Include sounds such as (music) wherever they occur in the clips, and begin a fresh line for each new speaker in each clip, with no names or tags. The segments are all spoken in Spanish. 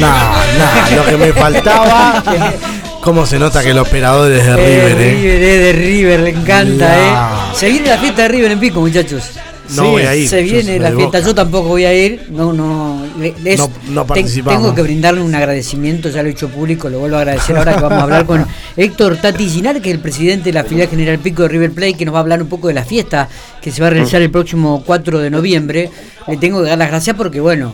Nah, nah, lo que me faltaba. ¿Cómo se nota que el operador es de
Eh,
River, eh?
River, eh, de River, le encanta,
Ya.
eh. Se viene la fiesta de River en Pico, muchachos.
No voy a ir,
Se
yo soy
viene la
de
fiesta,
Boca.
yo tampoco voy a ir. No, no. le- es-
No- no
te-
participamos.
Tengo que brindarle un agradecimiento, ya lo he hecho público, lo vuelvo a agradecer ahora que vamos a hablar con Héctor Tati Ginar, que es el presidente de la filial general Pico de River Play, que nos va a hablar un poco de la fiesta que se va a realizar el próximo 4 de noviembre. Le tengo que dar las gracias porque, bueno.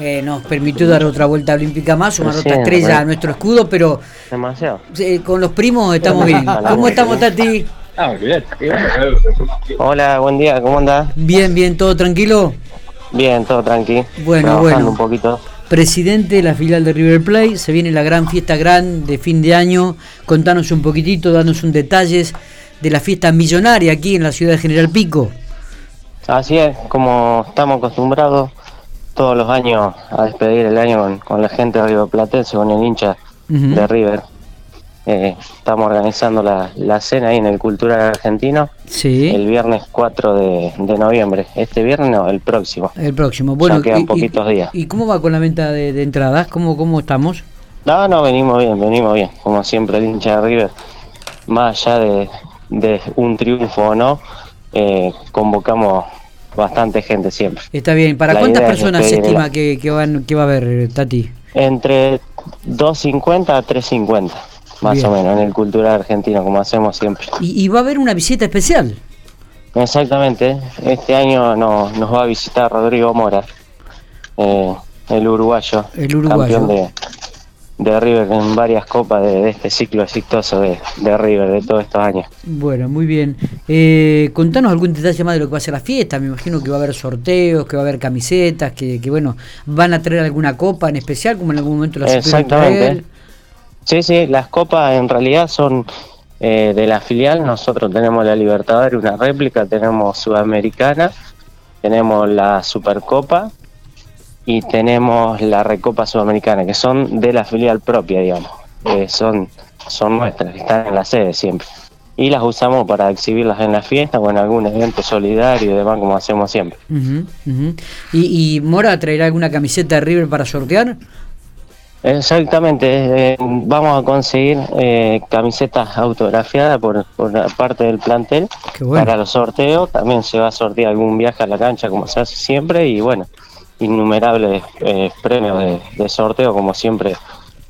eh, nos permitió dar otra vuelta olímpica más, sumar otra
Sí,
estrella
bueno.
a nuestro escudo, pero
Demasiado.
eh, con los primos estamos bien.
(laughs)
¿Cómo estamos, Tati?
Ah, olvidate.
Hola, buen día, ¿cómo andás?
Bien, bien, todo tranquilo.
Bien, todo tranqui.
Bueno,
Trabajando
bueno.
un poquito.
Presidente de la filial de River Plate, se viene la gran fiesta gran de fin de año. Contanos un poquitito, danos un detalles de la fiesta millonaria aquí en la ciudad de General Pico.
Así es, como estamos acostumbrados todos los años a despedir el año con, con la gente de River Platense, con el hincha
Ujú.
de River. Eh, estamos organizando la, la cena ahí en el Cultural Argentino
Sí,
el
el,
viernes 4 de, de noviembre. Este viernes no, el próximo.
próximo. Bueno,
quedan poquitos días.
¿Y cómo va con la venta de, de entradas? ¿Cómo, ¿Cómo estamos?
No, no, venimos bien, venimos bien. Como siempre, el hincha de River, más allá de, de un triunfo o no, eh, convocamos bastante gente siempre.
Está bien. ¿Para
La
cuántas
idea es
personas se
despedir el-
estima que, que van, que va a haber, eh, Tati?
Entre 2.50 a 3.50, más
Bien.
o menos, en el cultural argentino, como hacemos siempre.
Y, y va a haber una visita especial.
Exactamente, este año no, nos va a visitar Rodrigo Mora, eh, el uruguayo,
El uruguayo.
campeón de, de River en varias copas de, de este ciclo exitoso de, de River de todos estos años.
Bueno, muy bien. Eh, contanos algún detalle más de lo que va a ser la fiesta. Me imagino que va a haber sorteos, que va a haber camisetas, que, que, bueno, van a traer alguna copa en especial, como en algún momento la supieron traer.
Exactamente. Sí, sí, las copas en realidad son eh, de la filial. Nosotros tenemos la Libertadores, una réplica, tenemos Sudamericana, tenemos la Supercopa y tenemos la Recopa Sudamericana, que son de la filial propia, digamos. Eh, son, son nuestras, que están en la sede siempre. Y las usamos para exhibirlas en la fiesta o en algún evento solidario y demás, como hacemos siempre.
Ujú, ujú. ¿Y, y Mora traerá alguna camiseta de River para sortear?
Exactamente, eh, vamos a conseguir eh, camisetas autografiadas por, por la parte del plantel
Qué bueno.
para los sorteos, también se va a sortear algún viaje a la cancha como se hace siempre y bueno, innumerables eh, premios de, de sorteo como siempre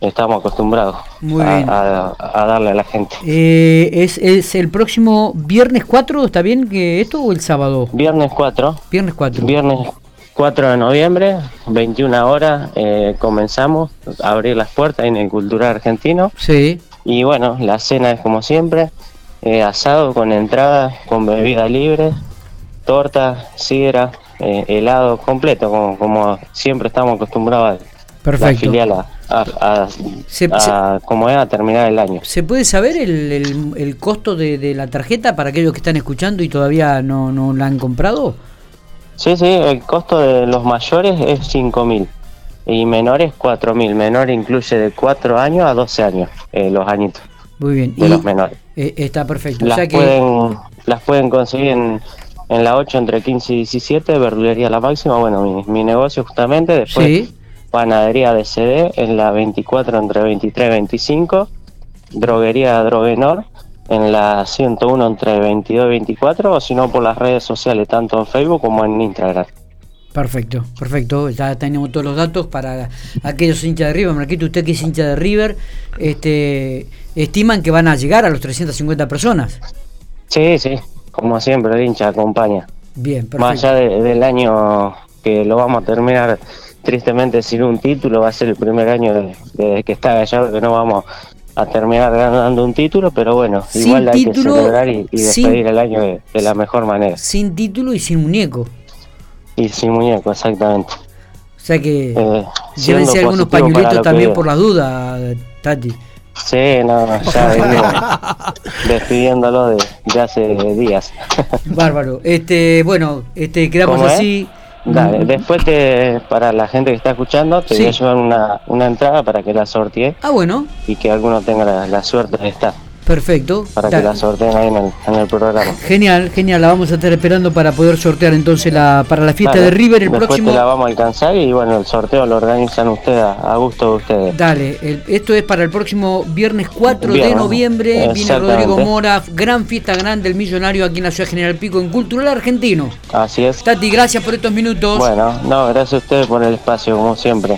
estamos acostumbrados
Muy
a,
bien.
a- a darle a la gente.
Eh, es, es el próximo viernes 4, ¿está bien que esto o el sábado?
Viernes 4,
Viernes 4.
viernes 4 de noviembre, 21 horas, eh, comenzamos a abrir las puertas en el Cultural Argentino.
Sí.
Y bueno, la cena es como siempre, eh, asado con entrada, con bebida libre, torta, sidra, eh, helado completo, como, como siempre estamos acostumbrados a la
Perfecto.
filial a, a- a-
Se-
a- como es a terminar el año.
¿Se puede saber el, el- el costo de, de la tarjeta para aquellos que están escuchando y todavía no, no la han comprado?
Sí, sí, el costo de los mayores es 5.000 y menores 4.000. Menor incluye de 4 años a 12 años eh, los añitos
Muy bien.
de los menores.
Eh, está perfecto. O
Las,
sea que
pueden, las pueden conseguir en, en la 8 entre 15 y 17, verdulería La Máxima, bueno, mi, mi negocio justamente, después
Sí.
panadería de CD en la 24 entre 23 y 25, droguería Droguenor en la 101 entre 22 y 24, o si no por las redes sociales, tanto en Facebook como en Instagram.
perfecto, perfecto. Ya tenemos todos los datos para aquellos hinchas de River. Marquito, usted que es hincha de River, este, estiman que van a llegar a los 350 personas.
Sí, sí, como siempre, el hincha acompaña.
Bien,
Más
perfecto.
allá de- del año que lo vamos a terminar tristemente sin un título, va a ser el primer año de- desde que está Gallardo que no vamos a terminar ganando un título, pero bueno,
Sin
igual hay
título,
que celebrar y, y
sin-
despedir el año de, de la mejor manera.
Sin título y sin muñeco. O
Y sin muñeco, exactamente.
sea que
Eh, siendo
llévense algunos
positivo para lo
pañuelitos
que
también
viene.
por las dudas,
(laughs)
Tati.
Sí, no, no,
(laughs)
ya venimos despidiéndolo de, de hace días. (laughs)
Bárbaro. Este, bueno, este, quedamos
¿Cómo es?
así. Mm.
Dale, después te, para la gente que está escuchando, te
Sí.
voy a llevar una, una entrada para que la sortee
Ah, bueno.
y que alguno tenga la, la suerte de estar.
Perfecto.
para
Ta-
que la sorteen ahí en el, en el programa.
Genial, genial, la vamos a estar esperando para poder sortear entonces la para la fiesta
Dale,
de River el
después
próximo.
te la vamos a alcanzar y bueno, el sorteo lo organizan ustedes, a a gusto de ustedes.
Dale, el- esto es para el próximo viernes 4 de
Viernes,
noviembre. Viene
exactamente.
Rodrigo Mora, gran fiesta grande del millonario aquí en la ciudad General Pico, en Cultural Argentino.
Así es.
Tati, gracias por estos minutos.
Bueno, no, gracias a ustedes por el espacio, como siempre.